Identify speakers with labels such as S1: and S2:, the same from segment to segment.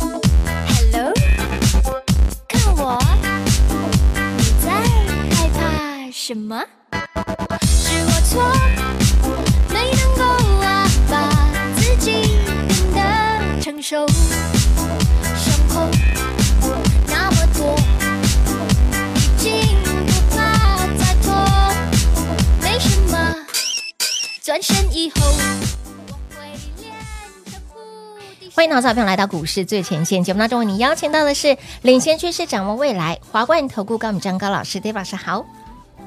S1: Hello，看我，你在害怕什么？是我错，没能够啊把自己变得成熟，伤口那么多，已经不怕再拖，没什么，转身以后我会练得不低
S2: 欢迎老早朋友来到股市最前线节目当中，为你邀请到的是领先趋势、掌握未来华冠投顾高敏章高老师，David 老师好。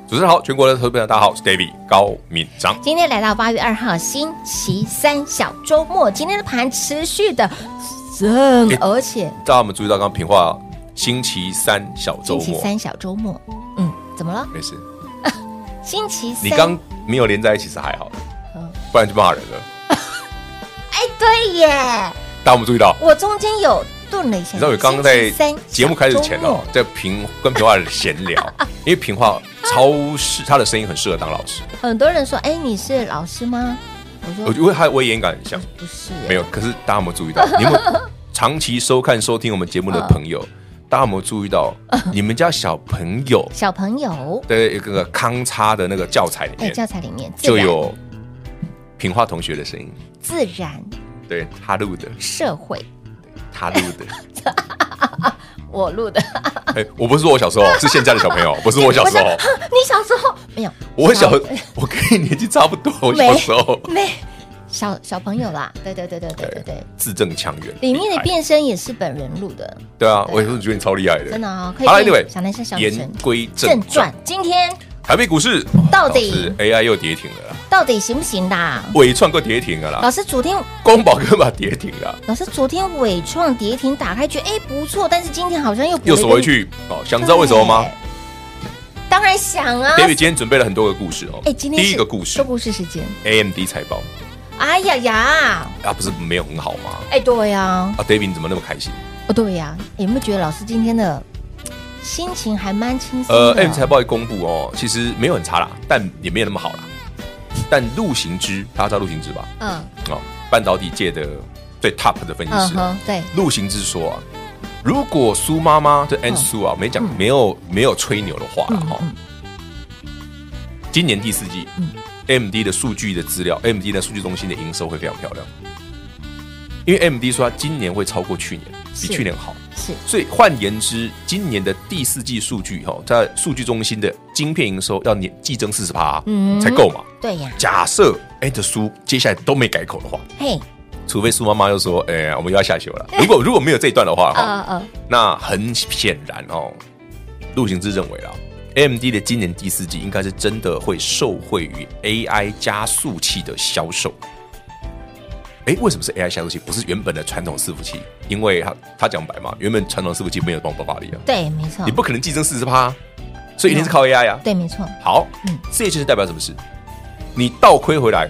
S3: 主持人好，全国的投资朋友大家好，我是 David 高敏章。
S2: 今天来到八月二号星期三小周末，今天的盘持续的震，
S3: 诶
S2: 而且
S3: 大家有没有注意到刚刚平话星期三小周
S2: 星
S3: 末？
S2: 期三小周末，嗯，怎么了？
S3: 没事，
S2: 星期三，
S3: 你刚没有连在一起是还好，
S2: 嗯
S3: 不然就骂人了。
S2: 哎，对耶，
S3: 大家有没有注意到？
S2: 我中间有顿了一下，
S3: 你知道我刚刚
S2: 星
S3: 在
S2: 期三
S3: 节目开始前
S2: 小周
S3: 哦
S2: 末，
S3: 在平跟平话闲聊， 因为平话超适，他的声音很适合当老师，
S2: 很多人说，哎，你是老师吗？我说
S3: 我觉得他的威严感很像。
S2: 不是，
S3: 没有，可是大家有没有注 意到？你们长期收看收听我们节目的朋友，
S2: 嗯
S3: 大家有没有注 意到？你们家小朋友
S2: 小朋友，
S3: 的一个康差的那个教材里
S2: 哎，
S3: 面，
S2: 教材里面自
S3: 就
S2: 然
S3: 有平花同学的声音，
S2: 自然
S3: 对他录的，
S2: 社会，
S3: 他录的。
S2: 我录的。哎
S3: 哎，我不是说我 小时候，是现在的小朋友，不是我小时候。
S2: 你小时候没有？
S3: 我小， 我跟你年纪差不多。我小时候
S2: 没小小朋友啦，对对对对对对对，
S3: 字正腔圆，
S2: 里面
S3: 厉
S2: 的
S3: 害
S2: 变声也是本人录的，
S3: 对啊，我也是觉得你超厉害的，
S2: 真的哦可以
S3: 哎好了
S2: 变
S3: ，Anyway，
S2: 小男生小女生
S3: 言归正
S2: 正
S3: 传
S2: 传，。今天
S3: 台北股市哦
S2: 到底
S3: 是 AI 又跌停了啦，
S2: 到底行不行的啊？
S3: 伟创又跌停了
S2: 老
S3: 啦，
S2: 师昨天，
S3: 光宝哥嘛跌停了，
S2: 老师昨天伟创跌停打开，觉得哎不错，但是今天好像又补
S3: 又
S2: 了一
S3: 锁
S2: 个
S3: 回，去。哦，想知道为什么吗
S2: 对？当然想啊！
S3: ？David 今天准备了很多个故事哦。
S2: 哎，今天
S3: 第一
S2: 是
S3: 个故事
S2: 说故事时间。
S3: ，AMD 财报
S2: 哎呀呀，
S3: 啊，不是没有很好吗？
S2: 哎对呀，
S3: 啊，David 你怎么那么开心？
S2: 哦对呀，有没有觉得老师今天的心情还蛮轻松
S3: 呃
S2: 的
S3: ，M 财报一公布哦，其实没有很差啦，但也没有那么好啦。但陆行之，大家知道陆行之吧？
S2: 嗯
S3: 哦，半导体界的最 top 的分析
S2: 嗯
S3: 师，
S2: 哼，对，
S3: 陆行之说啊，如果苏妈妈这
S2: 嗯
S3: N 苏啊没讲没有没有吹牛的话啦哈，今年第四季，MD
S2: 嗯
S3: 的数据的资料，MD 的数据中心的营收会非常漂亮，因为 MD 说它今年会超过去年，
S2: 是
S3: 比去年好。
S2: 是
S3: 所以换言之，今年的第四季数据哈，在数据中心的晶片营收要年季增四十趴
S2: 嗯
S3: 才够嘛。
S2: 对呀，
S3: 假设哎，这苏接下来都没改口的话，
S2: 嘿，
S3: 除非苏妈妈又说，哎、我们又要下修了。如果如果没有这一段的话
S2: 呃
S3: 哈，
S2: 呃，
S3: 那很显然哦，陆行之认为啊啦。AMD 的今年第四季应该是真的会受惠于 AI 加速器的销售。哎，为什么是 AI 加速器，不是原本的传统伺服器？因为他他讲白嘛，原本传统伺服器没有爆发力啊。
S2: 对，没错
S3: 你，不可能竞争四十趴，所以一定是靠 AI 呀、
S2: 对，没错，
S3: 好
S2: 嗯，
S3: 这件事代表什么事？你倒亏回来，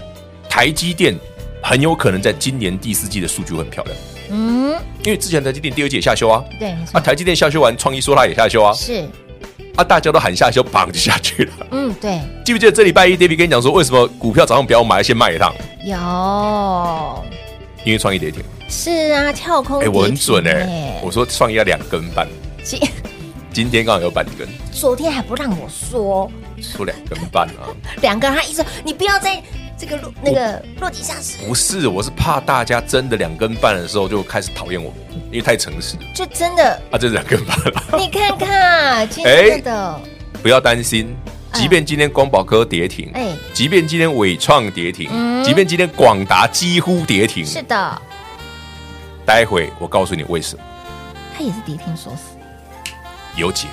S3: 台积电很有可能在今年第四季的数据会很漂亮，
S2: 嗯，
S3: 因为之前台积电第二季也下修啊，
S2: 对，没错
S3: 啊，，台积电下修完，创意说它也下修啊，
S2: 是，
S3: 啊，大家都喊下修，砰就下去了。
S2: 嗯，对，
S3: 记不记得这礼拜一 David 跟你讲说，为什么股票早上不要买，先卖一趟？
S2: 有，
S3: 因为创意跌停，
S2: 是啊，跳空
S3: 哎、
S2: 跌停，
S3: 我很准哎、
S2: 哎
S3: 我说创意要两根半，
S2: 今
S3: 今天刚好有半根，
S2: 昨天还不让我说，
S3: 说两根半啊。
S2: 两个人他一直说你不要在这个落那个落地下室，
S3: 不是，我是怕大家真的两根半的时候就开始讨厌我，因为太诚实了
S2: 就 真的，
S3: 啊，这是两根半了，
S2: 你看看今天的
S3: 啊不要担心，即便今天光宝科跌停，
S2: 哎
S3: 即便今天伟创跌停，
S2: 嗯
S3: 即便今天广达几乎跌停，
S2: 是的，
S3: 待会我告诉你为什么
S2: 它也是跌停锁死，
S3: 有解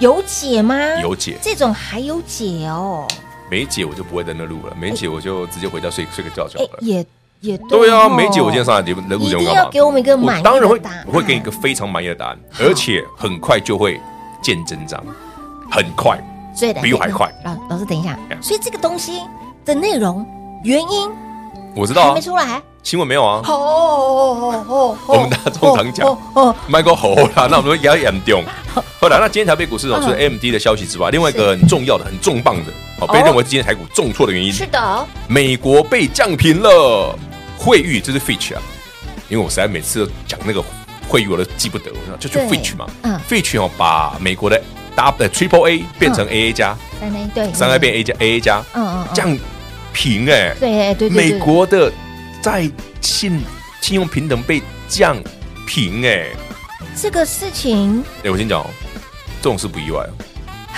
S2: 有解吗？
S3: 有解，
S2: 这种还有解哦，
S3: 没解我就不会在那录了，没解我就直接回家睡睡个觉就
S2: 哎
S3: 好了。
S2: 也也对
S3: 对啊，
S2: 哦
S3: 没解我今天上来节目来录
S2: 一
S3: 节目
S2: 定
S3: 干
S2: 要
S3: 嘛？
S2: 给我们一个
S3: 我
S2: 满意
S3: 当然会
S2: 的答案，
S3: 我会给你一个非常满意的答案，而且很快就会见真章，很快。
S2: 对的，
S3: 比我还快
S2: 老老师，等一下
S3: 哎，
S2: 所以这个东西的内容原因
S3: 我知道
S2: 还
S3: 啊
S2: 哎没，出来，
S3: 新闻没有啊
S2: 哦哦哦哦
S3: 我们大众常讲
S2: 哦哦，
S3: ，Michael 吼啦，那我们也要严重。后来，那今天台北股市哦，
S2: 嗯
S3: 除了 AMD 的消息之外，另外一个很重要的、很重磅的，哦，被
S2: 哦
S3: 认为今天台股重挫的原因，
S2: 是的，
S3: 美国被降平了。惠誉这是 Fitch 啊，因为我实在每次都讲那个惠誉我都记不得，我说就就
S2: 对
S3: Fitch 嘛
S2: 嗯
S3: ，Fitch 哦把美国的 W 呃 Triple A 变
S2: 嗯
S3: 成 AA 加，
S2: 三 A 对，
S3: 三 A 变 A 加 AA 加，
S2: 嗯嗯嗯，
S3: 降平哎、
S2: 对对对，对
S3: 美国的在信信用平等被降平哎、
S2: 这个事情
S3: 哎、我先讲、哦，这种事不意外、哦。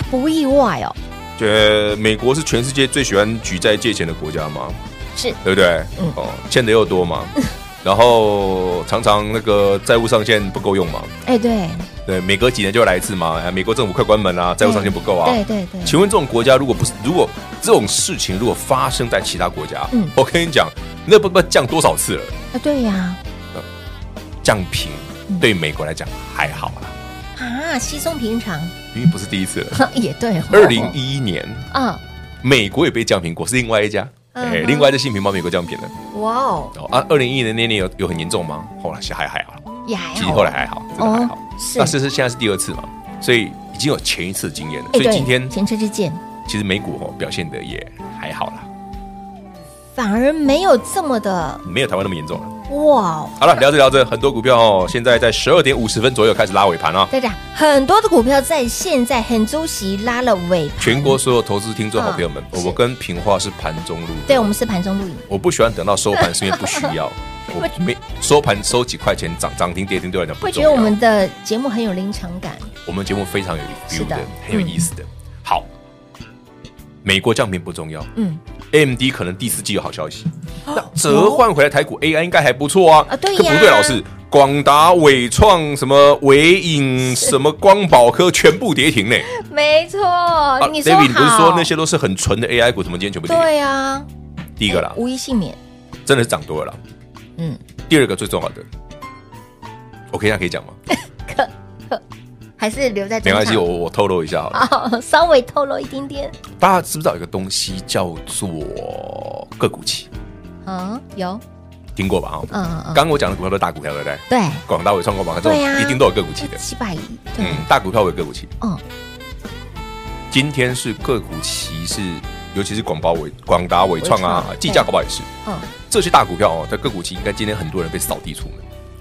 S2: 不意外哦，
S3: 觉得美国是全世界最喜欢举债借钱的国家嘛，
S2: 是
S3: 对不对？
S2: 嗯
S3: 哦，欠的又 多嘛，然后常常那个债务上限不够用嘛，
S2: 哎对
S3: 对，每隔几年就来一次嘛。哎美国政府快关门啦、债务上限不够啊。
S2: 对对对，
S3: 请问这种国家如果不是如果这种事情如果发生在其他国家，
S2: 嗯
S3: 我跟你讲，那不不降多少次了？
S2: 啊对呀，
S3: 降平
S2: 嗯
S3: 对美国来讲还好啦，
S2: 啊稀松平常，
S3: 因为不是第一次了。
S2: 也对哦，
S3: 二零一一年，
S2: 啊
S3: 美国也被降苹果，是另外一家，哎、
S2: 嗯哼
S3: 另外一家新品帮美国降平了。
S2: 哇哦
S3: 哦啊，二零一一年那年有有很严重吗？后来是还还好，
S2: 也还
S3: 其实
S2: 好，
S3: 后来还好，真的还好。
S2: 哦是
S3: 那这是现在是第二次嘛，所以已经有前一次的经验了。
S2: 哎
S3: 所以
S2: 对
S3: 今天
S2: 前车之鉴。
S3: 其实美股哦表现的也还好啦，
S2: 反而没有这么的
S3: 没有台湾那么严重了。
S2: 哇哦！
S3: 好了，聊着聊着，很多股票哦，现在在十二点五十分左右开始拉尾盘啊。
S2: 大家很多的股票在现在很周期拉了尾盘，
S3: 全国所有投资听众好朋友们，
S2: 嗯是
S3: 我跟平化是盘中录的，
S2: 对我们是盘中录影，
S3: 我不喜欢等到收盘，是因为不需要。我没收盘收几块钱涨涨停跌停对我来讲不
S2: 会觉
S3: 重
S2: 得
S3: 要。
S2: 我们的节目很有临场感，
S3: 我们节目非常有 feel
S2: 是的
S3: 的，很有意思的。好，美国降频不重要
S2: 嗯，哦
S3: ，AMD 可能第四季有好消息。那折换回来台股 AI 应该还不错啊。
S2: 啊对呀
S3: 可不对，老师，广达、伟创、什么伟影、什么光宝科全部跌停呢。
S2: 没错，
S3: 啊
S2: 哦你说
S3: ，David，你不是
S2: 好
S3: 说那些都是很纯的 AI 股，怎么今天全部跌停？
S2: 对啊，
S3: 第一个啦，
S2: 无一幸免，
S3: 真的是涨多了啦。
S2: 嗯，
S3: 第二个最重要的，我可以现在可以讲吗？
S2: 还是留在中
S3: 没关系，
S2: 场
S3: 我我透露一下好了。
S2: 好啊稍微透露一点点，
S3: 大家知不知道有个东西叫做个股期？
S2: 嗯，有，
S3: 听过吧？哈，
S2: 嗯嗯
S3: 刚
S2: 嗯，
S3: 刚我讲的股票都是大股票，对不对？
S2: 对，
S3: 广大伟创、广宝，这种
S2: 对啊
S3: 一定都有个股期的。
S2: 七百亿，对
S3: 嗯，，大股票有个股期。
S2: 嗯，
S3: 今天是个股期是，尤其是广宝伟、广达伟创
S2: 伟
S3: 啊
S2: 创，
S3: 技嘉、搞不好也是。
S2: 嗯，
S3: 这些大股票哦，在个股期应该今天很多人被扫地出门，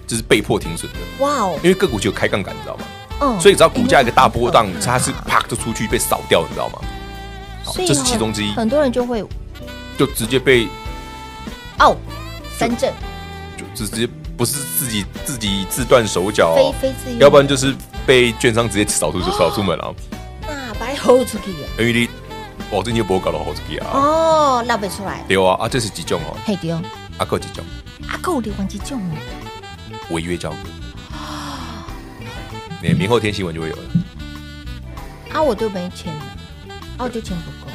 S3: 这是被迫停损的，
S2: 哇哦，
S3: 因为个股期有开杠杆，你知道吗？
S2: 嗯，
S3: 所以只要股价一个大波荡
S2: 哎，那
S3: 它
S2: 很
S3: 是
S2: 可怕
S3: 啪就出去被扫掉，你知道吗？好
S2: 所以哦
S3: 这是其中之一
S2: 很很多人就会
S3: 就直接被
S2: 哦，三振，
S3: 就直接不是自己自己自断手脚
S2: 非
S3: 哦，
S2: 非自由，
S3: 要不然就是被券商直接扫出就扫出门了、
S2: 那把你 hold 出去了
S3: 因为你哇，这你不搞到好几啊，
S2: 哦，老被出来了，
S3: 对啊，啊这是几种哦，
S2: 嘿对哦，
S3: 啊够几种
S2: 阿狗你忘记救你，
S3: 违约交割，你明后天新闻就会有了，
S2: 啊我都没钱了，啊我就钱不够，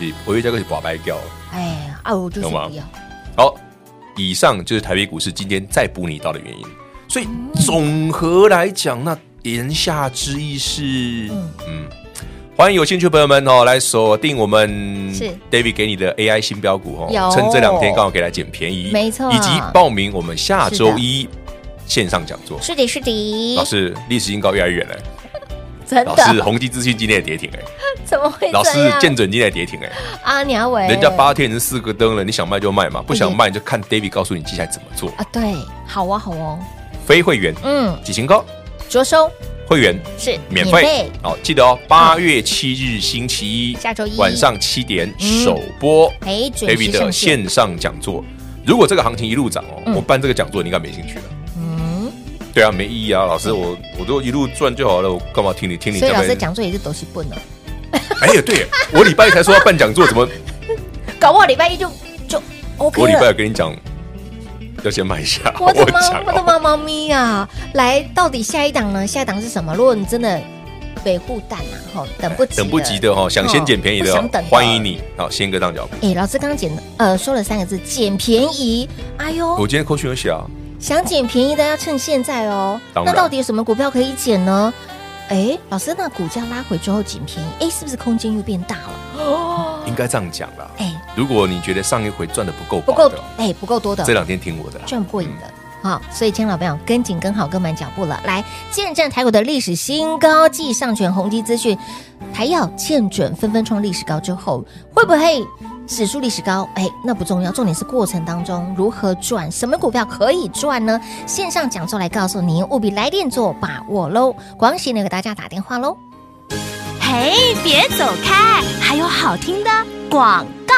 S3: 就是违约交割是把白掉。
S2: 哎呀，啊我就是
S3: 懂吗
S2: 不要，
S3: 好，以上就是台北股市今天再补你一刀的原因，所以
S2: 嗯
S3: 总和来讲，那言下之意是，
S2: 嗯
S3: 嗯。欢迎有兴趣的朋友们哦，来锁定我们
S2: 是
S3: David 给你的 AI 新标股
S2: 有
S3: 哦，趁这两天刚好给大家捡便宜，
S2: 没错
S3: 以及报名我们下周一线上讲座。
S2: 是的是的
S3: 老，师，历史新高越来越远了。
S2: 真
S3: 老师，
S2: 的，
S3: 宏基资讯今天也跌停哎、
S2: 怎么会
S3: 老师
S2: 这样？啊
S3: 建准今天也跌停哎、
S2: 阿娘伟，
S3: 人家八天已经四个灯了，你想卖就卖嘛，不想卖你就看 David 告诉你接下来怎么做。
S2: 啊对，好啊好哦，
S3: 非会员
S2: 嗯，
S3: 几千高，
S2: 着收
S3: 会员
S2: 是
S3: 免费，哦，记得哦，八月七日星期一，
S2: 下周一
S3: 晚上七点
S2: 嗯
S3: 首播
S2: 哎准时
S3: David 的
S2: 上线
S3: 线上讲座。如果这个行情一路涨哦
S2: 嗯，
S3: 我办这个讲座你应该没兴趣了。
S2: 嗯，
S3: 对啊，没意义啊，老师，我我都一路赚就好了，我干嘛听你听你
S2: 所以
S3: 这
S2: 老师
S3: 边？
S2: 讲座也是都是笨哦，
S3: 哎呀，对，我礼拜一才说要办讲 座，怎么
S4: 搞不好礼拜一就就 OK
S3: 我 礼拜
S4: 了。
S3: 有跟你讲要先买一下？
S2: 我的
S3: 很
S2: 妈，
S3: 强
S2: 我的
S3: 哦
S2: 猫猫咪啊！来，到底下一档呢？下一档是什么？如果你真的北护蛋啊，吼，等不及，
S3: 等不及。的哦，想先捡便宜的
S2: 不
S3: 哦
S2: 想等，的
S3: 欢迎你，好，先跟上脚步。
S2: 哎，老师刚刚捡呃说了三个字，捡便宜。哎
S3: 我
S2: 呦，
S3: 今天扣讯有写啊，
S2: 想捡便宜的要趁现在哦。
S3: 当
S2: 那
S3: 然
S2: 到底有什么股票可以捡呢？哎，老师，那股价拉回之后捡便宜，哎，是不是空间又变大了？
S3: 应该这样讲啦。
S2: 哎，
S3: 如果你觉得上一回赚的不够
S2: 不
S3: 饱
S2: 够
S3: 的，，
S2: 哎，不够多的
S3: 这，两天听我的啊啦。
S2: 赚不过瘾的。好，所以亲爱的老朋友，跟紧、跟好、跟满脚步了。来，见证台股的历史新高，继上权宏基资讯、台药、见准纷纷创历史高之后，会不会指数历史高？哎，那不重要，重点是过程当中如何赚，什么股票可以赚呢？线上讲座来告诉您，务必来电做把握喽！广喜呢给大家打电话喽。
S1: 嘿，别走开，还有好听的广告。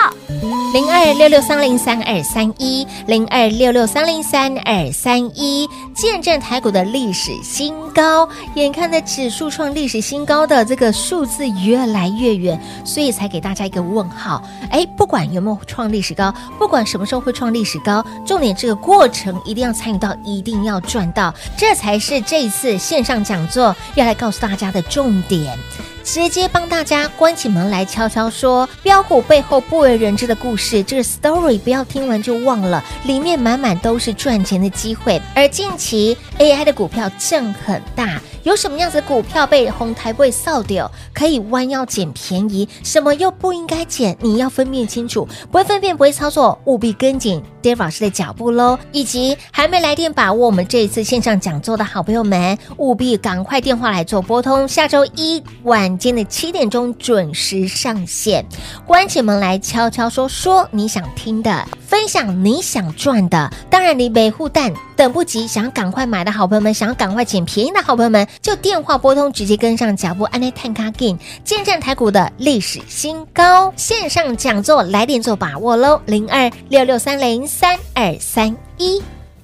S2: 零二六六三零三二三一，零二六六三零三二三一，见证台股的历史新高，眼看着指数创历史新高的这个数字越来越远，所以才给大家一个问号。哎，不管有没有创历史高，不管什么时候会创历史高，重点这个过程一定要参与到，一定要赚到，这才是这一次线上讲座要来告诉大家的重点。直接帮大家关起门来悄悄说，标股背后不为人知的故事，这个 story 不要听完就忘了，里面满满都是赚钱的机会。而近期 AI 的股票震很大，有什么样子的股票被红台被扫掉，可以弯腰捡便宜，什么又不应该捡，你要分辨清楚，不会分辨不会操作，务必跟紧 Dave 老师的脚步喽。以及还没来电把握我们这一次线上讲座的好朋友们，务必赶快电话来做拨通，下周一晚间的七点钟准时上线。关起门来悄悄说说你想听的，分享你想赚的。当然，你维护蛋等不及，想要赶快买的好朋友们，想要赶快捡便宜的好朋友们，就电话拨通，直接跟上脚步，安内探卡进，见证台股的历史新高。线上讲座来点做把握喽，零二六六三零三二三一。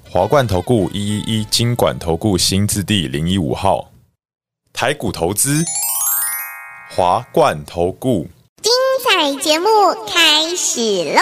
S5: 华冠投顾一一一金管投顾新字第零一五号，台股投资，华冠投顾。
S6: 彩节目开始喽！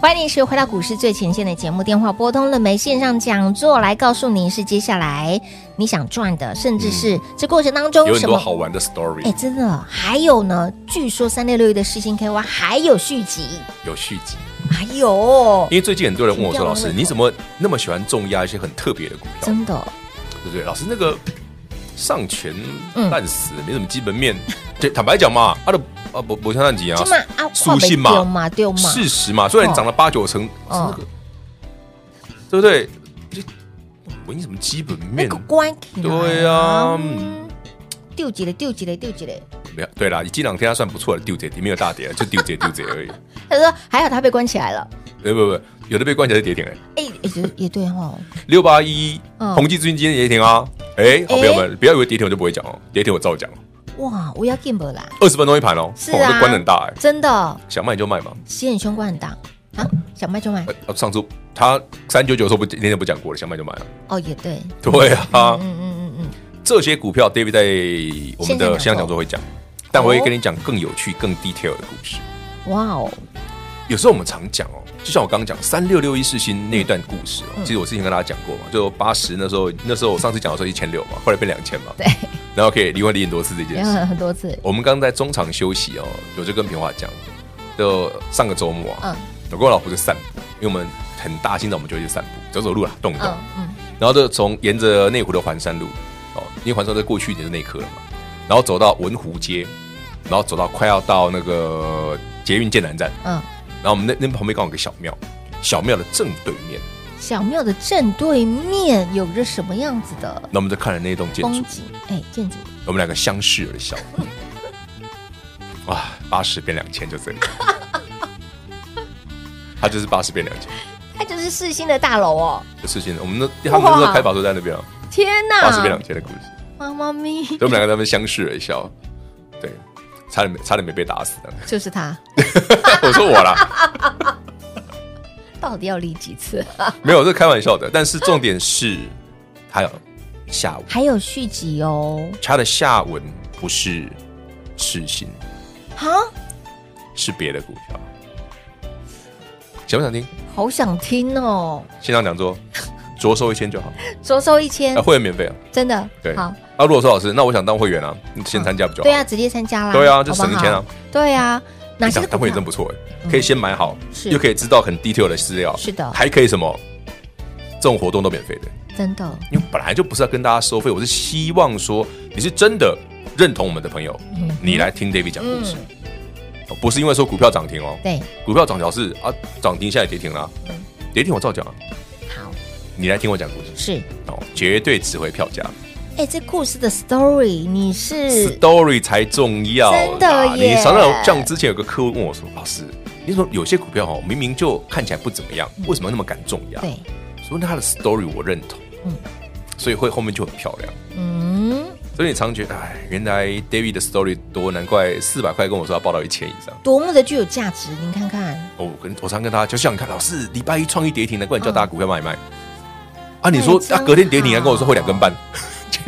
S2: 欢迎是回到股市最前线的节目，电话拨通了没？线上讲座来告诉您是接下来你想赚的，甚至是这过程当中
S3: 嗯有很
S2: 什
S3: 多
S2: 么
S3: 好玩的
S2: 哎，
S3: story，
S2: 真的，还有呢，据说三六六一的世星 KY 还有续集，
S3: 有续集。
S2: 还有
S3: 因为最近很多人问我说：“
S2: 请教
S3: 老师，
S2: 问
S3: 你怎么那么喜欢重压一些很特别的股票？
S2: 真的
S3: 对不对？”老师，那个上权
S2: 嗯
S3: 烂死，没什么基本面。对，坦白讲嘛，啊的啊不不像烂几啊
S2: 起码啊，，
S3: 属性
S2: 丢
S3: 嘛，啊
S2: 嘛丢嘛，
S3: 事实嘛，虽然
S2: 哦
S3: 涨了八九成，是那
S2: 哦
S3: 个对不对？就没什么基本
S2: 那
S3: 面
S2: 个，关起来
S3: 对啊，嗯
S2: 丢几嘞，丢几嘞，丢几嘞。
S3: 没有对啦，你近两天它算不错了，丢这也没有 大跌，啊就丢这丢这而已。
S2: 他说还好他被关起来了，
S3: 呃不不，有的被关起来就跌停了。
S2: 哎，也对也对哦，
S3: 六八一
S2: 嗯
S3: 宏基资金今天跌停啊！哎，好朋友们，不要以为跌停我就不会讲哦，跌停我照讲哦，
S2: 哇，我要 game 啦，
S3: 二十分钟一盘哦，
S2: 是
S3: 哦
S2: 啊
S3: 这关得很大哎，
S2: 真的，
S3: 想卖就卖嘛。
S2: 洗很凶，关很大啊，想卖就卖
S3: 呃，呃上次他三九九的时候不那天不讲过了，想卖就卖啊。
S2: 哦，也对，
S3: 对啊
S2: 嗯，嗯嗯嗯
S3: 这些股票 David 在我们的
S2: 现
S3: 现
S2: 场讲座哦
S3: 场讲座会讲，但我会跟你讲更有趣、更 detail 的故事。
S2: 嗯，哇哦，
S3: 有时候我们常讲哦，就像我刚刚讲三六六一世新那一段故事
S2: 嗯
S3: 哦，其实我之前跟大家讲过嘛，就八十那时候，那时候我上次讲的时候一千六嘛，后来变两千嘛，对，然后可以离婚离很多次这件
S2: 然
S3: 事
S2: 后。很多次，
S3: 我们刚刚在中场休息哦，我就跟平华讲，就上个周末啊，
S2: 嗯
S3: 我跟我老婆去散步，因为我们很大清早我们就会去散步，走走路啦，动一动，
S2: 嗯嗯，
S3: 然后就从沿着内湖的环山路哦，因为环山路过去一点是内科了嘛，然后走到文湖街，然后走到快要到那个捷运剑南站，
S2: 嗯，
S3: 然后我们那那旁边刚好有个小庙，小庙的正对面，
S2: 小庙的正对面有着什么样子的
S3: 那我们就看了那栋建
S2: 风
S3: 筑，
S2: 景？哎，建筑
S3: 我们两个相视而笑，啊，八十变两千就这里。他就是八十变两千
S2: 它就是世新的大楼哦！
S3: 的事情，我们那他们那时候开法都在那边啊，
S2: 天
S3: 八十变
S2: 哪
S3: 两，千的故事，
S2: 妈妈咪
S3: 所以我们两个在那边相视而笑，对，差 点没差点没被打死的。
S2: 就是它，
S3: 我说我啦，
S2: 到底要理几次？
S3: 没有，这开玩笑的。但是重点是，它有下文，
S2: 还有续集哦，
S3: 它的下文不是世新，
S2: 哈，
S3: 是别的股票。想不想听？
S2: 好想听哦，
S3: 线上 讲座，着收一千就好，
S2: 收收一千
S3: 啊，，会员免费啊。
S2: 真的，
S3: 对，
S2: 嗯好，
S3: 啊，如果说老师，那我想当会员啊，你先参加不就好？
S2: 对啊，，直接参加啦，
S3: 对啊，就
S2: 好不
S3: 省一
S2: 好
S3: 千啊。，
S2: 对啊，哪些
S3: 想当会员真
S2: 不
S3: 不错哎，可以先买好，
S2: 是
S3: 又可以知道很 detail 的资料，
S2: 是的
S3: 还可以什么？这种活动都免费的，
S2: 真的，
S3: 因为本来就不是要跟大家收费，我是希望说你是真的认同我们的朋友，
S2: 嗯
S3: 你来听 David 讲故事，哦不是因为说股票涨停哦，
S2: 对，
S3: 股票涨调是啊，涨停现在跌停啦，
S2: 嗯
S3: 跌停我照讲啊，
S2: 好，
S3: 你来听我讲故事
S2: 是，
S3: 哦，绝对值回票价
S2: 哎，这故事的 story 你是
S3: ，story 才重要啦，
S2: 真的耶
S3: 你想到像之前有个客户问我说，老师，你说有些股票哦，明明就看起来不怎么样，为什么那么敢重压？
S2: 嗯对，
S3: 所以他的 story 我认同，
S2: 嗯
S3: 所以会后面就很漂亮。
S2: 嗯，
S3: 所以你常觉得，哎，原来 David 的 story 多，难怪四百块跟我说要报到一千以上。
S2: 多么的具有价值，你看看，
S3: 哦，我跟我常跟大家就像你看，老师礼拜一创意跌停，难怪你叫大家股票卖一卖。啊，你说
S2: 哎真
S3: 啊，隔天跌停，还跟我说
S2: 好
S3: 会两根半，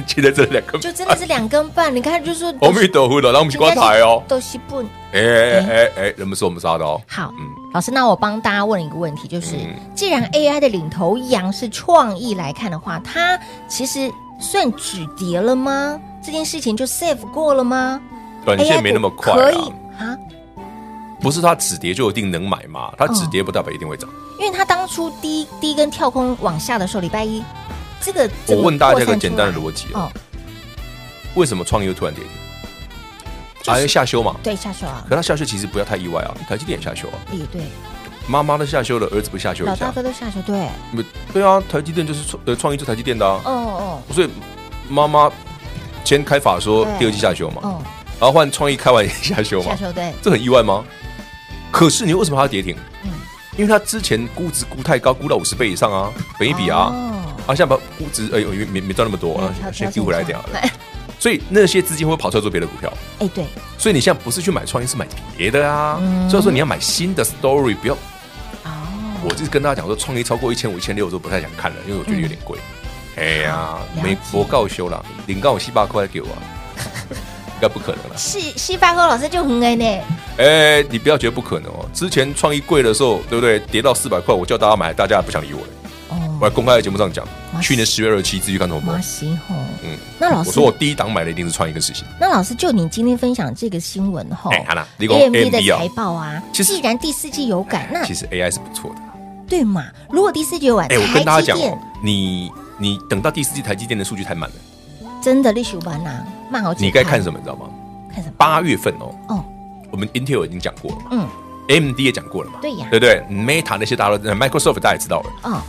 S3: 现在这两根
S2: 就真的是两根半，你看就是说，
S3: 阿弥陀佛的，然后我们去观台哦。
S2: 都是不
S3: 哎哎哎哎，人不是我们杀的哦。
S2: 好。
S3: 嗯，
S2: 老师，那我帮大家问一个问题，就是、
S3: 嗯
S2: 既然 AI 的领头羊是创意来看的话，它其实算止跌了吗？这件事情就 save 过了吗？
S3: 短线没那么快
S2: AI 可
S3: 啊
S2: 以，啊，
S3: 不是它止跌就一定能买嘛，它止跌不代表一定会涨。
S2: 因为它当初第一第一根跳空往下的时候，礼拜一这个
S3: 我问大家一
S2: 怎么扩散出
S3: 个
S2: 来
S3: 简单的逻辑
S2: 哦，
S3: 啊为什么创意会突然跌
S2: 就
S3: 停？
S2: 是
S3: 啊，因为下修嘛。
S2: 对，下手啊，
S3: 可它下修其实不要太意外啊，台积电也下修啊，
S2: 也对，
S3: 妈妈都下修了，儿子不下修
S2: 老
S3: 一
S2: 大
S3: 下？
S2: 哥都下手，对，
S3: 没对啊，台积电就是创呃创意就是台积电的啊。
S2: 哦哦
S3: 所以妈妈先开法说
S2: 对
S3: 第二季下修嘛，
S2: 哦，
S3: 然后换创意开完也下修
S2: 下
S3: 嘛，
S2: 手对，
S3: 这很意外吗？可是你为什么还要跌停？
S2: 嗯
S3: 因为它之前估值估太高，估到五十倍以上啊，本一比啊，
S2: 哦
S3: 啊，现在把估值哎呦没没没赚那么多，
S2: 嗯
S3: 啊，先丢回来一点好了。
S2: 哎
S3: 所以那些资金会跑出来做别的股票，
S2: 哎对，
S3: 所以你现在不是去买创意，是买别的啊。
S2: 嗯
S3: 所以说你要买新的 story，不要
S2: 哦，
S3: 我就是跟大家讲说，创意超过一千五、一千六，我都不太想看了，因为我觉得有点贵。哎呀
S2: 嗯了解，
S3: 美国告修啦，领告我七八块 给我啊，应该不可能了。
S2: 是西巴哥老师就很爱呢，
S3: 哎，你不要觉得不可能哦。之前创意贵的时候，对不对？跌到四百块，我叫大家买，大家也不想理我了。
S2: 哦
S3: 我还公开在节目上讲，
S2: 哇
S3: 去年十月二十七自己看头播
S2: 马，西吼，
S3: 嗯，
S2: 那老
S3: 我
S2: 师嗯
S3: 说我第一档买的一定是创意跟事情。
S2: 那老师，就你今天分享这个新闻后
S3: 哎，好啦，你讲
S2: AMD 的
S3: AMD 啊
S2: 财，报啊，
S3: 其实哎
S2: 既然第四季有改，那
S3: 其实 AI 是不错的。
S2: 对嘛？如果第四季有改，
S3: 哎，我跟
S2: 台
S3: 大家
S2: 积
S3: 讲哦
S2: 电，
S3: 你你等到第四季台积电的数据太慢了，
S2: 真的历史完啦，慢好几
S3: 你该看
S2: 么？
S3: 什么，你知道吗？
S2: 看什么？
S3: 八月份哦，
S2: 哦，
S3: 我们 Intel 已经讲过了嘛，
S2: 嗯，
S3: AMD 也讲过了嘛，
S2: 对呀
S3: 对不对？Meta 那些大家都呃，Microsoft 大家也知道了，
S2: 哦，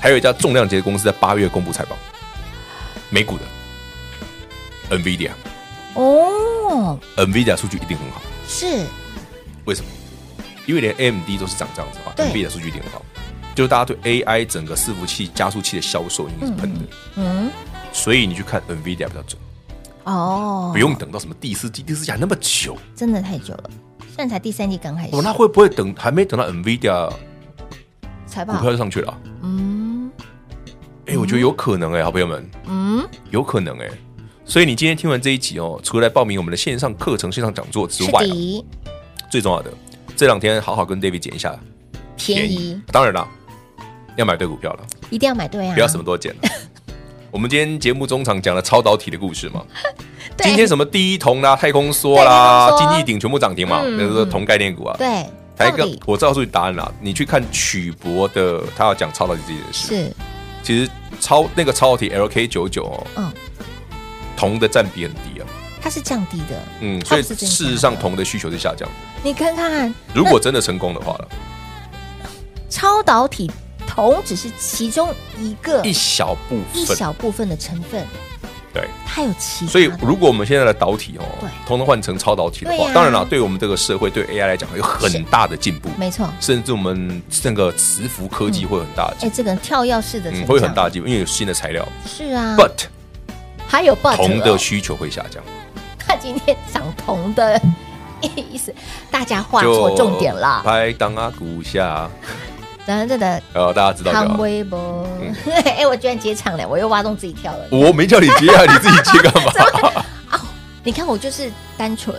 S3: 还有一家重量级的公司在八月公布财报，美股的 NVIDIA，NVIDIA
S2: 哦，
S3: 数据一定很好，
S2: 是
S3: 为什么？因为连 AMD 都是长这样子嘛
S2: 对
S3: ，NVIDIA 数据一定很好，就是大家对 AI 整个伺服器、加速器的销售一定是喷的，
S2: 嗯，
S3: 所以你去看 NVIDIA 比较准，
S2: 哦，
S3: 不用等到什么第四季、第四季还那么久，
S2: 真的太久了，现在才第三季刚开始
S3: 哦，，那会不会等还没等到 NVIDIA
S2: 财
S3: 股
S2: 报
S3: 票，就上去了啊？
S2: 嗯
S3: 哎、我觉得有可能哎、好朋友们，
S2: 嗯，
S3: 有可能哎、所以你今天听完这一集哦，除了来报名我们的线上课程、线上讲座之
S2: 是
S3: 外啊、
S2: 的，
S3: 最重要的，这两天好好跟 David 减一下
S2: 便宜，
S3: 当然啦，要买对股票了，
S2: 一定要买对啊，
S3: 不要什么都减了。
S2: 嗯
S3: 我们今天节目中场讲了超导体的故事嘛，
S2: 对
S3: 今天什么第一铜啦、太空梭啦、
S2: 对太空梭
S3: 经济顶全部涨停嘛，
S2: 嗯
S3: 那都是同概念股啊。
S2: 对，
S3: 台
S2: 到
S3: 钢
S2: 底，
S3: 我告诉你答案啦，你去看曲博的，他要讲超导体这件事，
S2: 是
S3: 其实超那个超导体 LK 九九哦，
S2: 嗯，
S3: 铜的占比很低啊，
S2: 它是降低的，
S3: 嗯，
S2: 它不
S3: 所以
S2: 是增加
S3: 事
S2: 的
S3: 实上铜的需求是下降的。
S2: 你看看
S3: 如果真的成功的话了，
S2: 超导体铜只是其中一个
S3: 一小部
S2: 一
S3: 分，
S2: 小部分的成分，
S3: 对，
S2: 它有其他的
S3: 所以如果我们现在的导体哦
S2: 对，
S3: 通通换成超导体的
S2: 对啊
S3: 话，
S2: 呀
S3: 当然了，对我们这个社会对 AI 来讲有很大的进步，
S2: 没错，
S3: 甚至我们那个磁浮科技会有很大的
S2: 哎，
S3: 进步，
S2: 这个跳跃式的成
S3: 嗯，
S2: 长
S3: 会有很大的进步，因为有新的材料
S2: 是啊
S3: ，but
S2: 还有 but
S3: 铜
S2: 哦
S3: 的需求会下降。
S2: 它今天涨铜的 意思，大家画错重点了，
S3: 拍档啊，股下
S2: 然后这的
S3: 呃，大家知道就
S2: 康
S3: 好。
S2: 威博， 哎，我居然接场了，我又挖洞自己跳了。
S3: 嗯我没叫你接啊，你自己接干 嘛？
S2: 你看我就是单纯，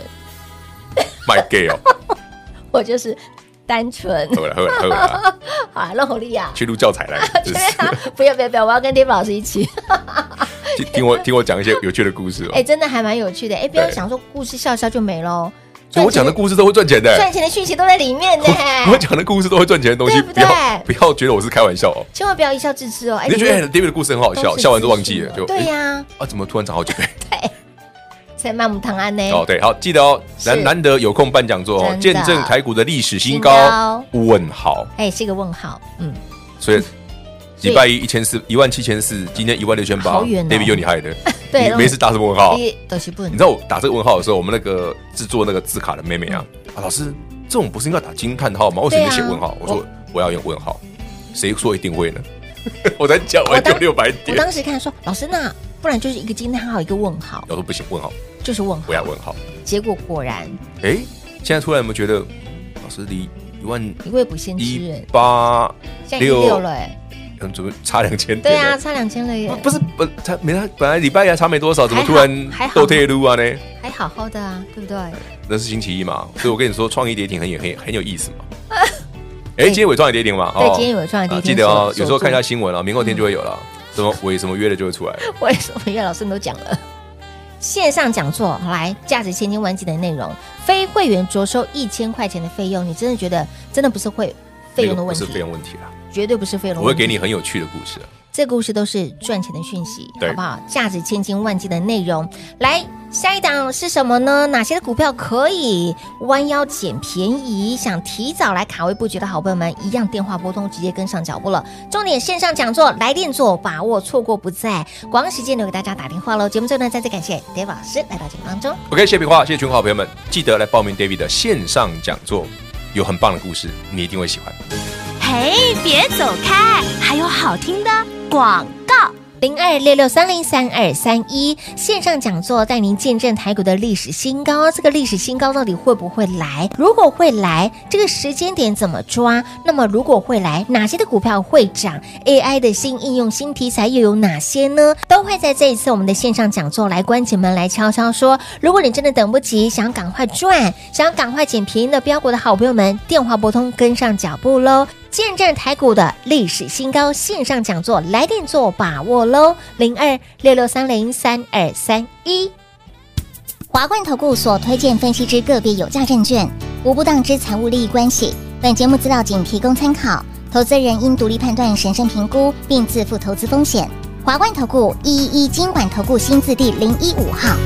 S3: 卖 gay 哦，
S2: 我就是单纯。
S3: 喝了喝了喝了，
S2: 好啊，让 侯丽亚，
S3: 去录教材来，真是
S2: 不要不要不要，我要跟 David 老师一起。
S3: 听听我听我讲一些有趣的故事哦
S2: 哎、。真的还蛮有趣的。哎、不要
S3: 对
S2: 想说故事笑笑就没喽，
S3: 所以我讲的故事都会赚钱的，
S2: 赚钱的讯息都在里面呢。
S3: 我讲的故事都会赚钱的东西，
S2: 对不
S3: 不
S2: 对
S3: 要不要觉得我是开玩笑哦。
S2: 千万不要一笑置之哦。哎
S3: 你就觉得哎
S2: 里面
S3: David 的故事很好
S2: 都
S3: 笑，
S2: 是
S3: 笑完就
S2: 资
S3: 忘记
S2: 讯
S3: 了，
S2: 哦
S3: 就
S2: 对
S3: 哎
S2: 呀、
S3: 啊，怎么突然长好几倍？
S2: 才卖母汤安呢。
S3: 哦，对，好，记得哦，
S2: 哎是
S3: 难难得有空办讲座哦，
S2: 真的
S3: 见证台股的历史新
S2: 新
S3: 高
S2: 高。
S3: 问号，
S2: 哎、是个问号，嗯，
S3: 所以
S2: 所以
S3: 礼拜一一千四，一万七千四，今天一万六千八
S2: 好远哦
S3: ，David 有你害 的，
S2: 对
S3: 你没事打什么问号？
S2: 一都是不
S3: 你
S2: 能
S3: 知。道我打这个问号的时候，我们那个制作那个字卡的妹妹啊，啊老师，这种不是应该打惊叹号吗？为什么
S2: 嗯对啊
S3: 要写问号？我说我要用问号，谁说一定会呢？ 我才讲完就
S2: 当
S3: 六百
S2: 我
S3: 点，
S2: 当时看说，老师那不然就是一个惊叹号，一个问号，
S3: 我说不行，问号
S2: 就是问号
S3: 不。要问号。
S2: 结果果然
S3: 哎，现在突然有没有觉得老师离一万
S2: 一位不先知
S3: 一
S2: 人，
S3: 八
S2: 现在一
S3: 六
S2: 六了哎、
S3: 嗯，怎么差两千
S2: 对
S3: 点
S2: 啊，
S3: 了？
S2: 差两千了耶，
S3: 不是本才没他本来礼拜一还差没多少，怎么
S2: 还好
S3: 突然
S2: 还好
S3: 都退路啊呢？
S2: 还好好的啊，对不对？
S3: 那是星期 一嘛，所以我跟你说，创意跌停很有很很有意思嘛。哎，今天伪创意跌停嘛？
S2: 对今天伪创意跌停
S3: 啊记得哦，
S2: 锁
S3: 有时候看一
S2: 锁
S3: 下
S2: 住
S3: 新闻啊，明后天就会有了。
S2: 嗯
S3: 什么伪什么约的就会出来了。
S2: 为什么岳老师你都讲了？线上讲座来价值千金万金的内容，非会员着收一千块钱的费用，你真的觉得真的不是会费用的
S3: 那个
S2: 问
S3: 不是
S2: 题，
S3: 费用问题啦，
S2: 绝对不是费用的
S3: 我会
S2: 问题。
S3: 给你很有趣的故事啊。
S2: 这故事都是赚钱的讯息，
S3: 对
S2: 好不好？价值千金万金的内容。来，下一档是什么呢？哪些的股票可以弯腰捡便宜？想提早来卡位布局的好朋友们，一样电话拨通，直接跟上脚步了。重点线上讲座，来电做，把握错过不再。广告时间留给大家打电话喽。节目最后呢，再次感谢 David 老师来到节目当中。
S3: OK，谢平话，谢谢全国好朋友们，记得来报名 David 的线上讲座，有很棒的故事，你一定会喜欢。
S1: 嘿，别走开，还有好听的广告。
S2: 零二六六三零三二三一线上讲座，带您见证台股的历史新高。这个历史新高到底会不会来？如果会来，这个时间点怎么抓？那么如果会来，哪些的股票会涨？AI 的新应用、新题材又有哪些呢？都会在这一次我们的线上讲座来关起门来敲敲说。如果你真的等不及，想要赶快赚，想要赶快捡便宜的标股的好朋友们，电话拨通，跟上脚步喽！见证台股的历史新高，线上讲座来电做把握喽，零二六六三零三二三一。
S6: 华冠投顾所推荐分析之个别有价证券，无不当之财务利益关系。本节目资料仅提供参考，投资人应独立判断、审慎评估，并自负投资风险。华冠投顾一一一金管投顾新字第零一五号。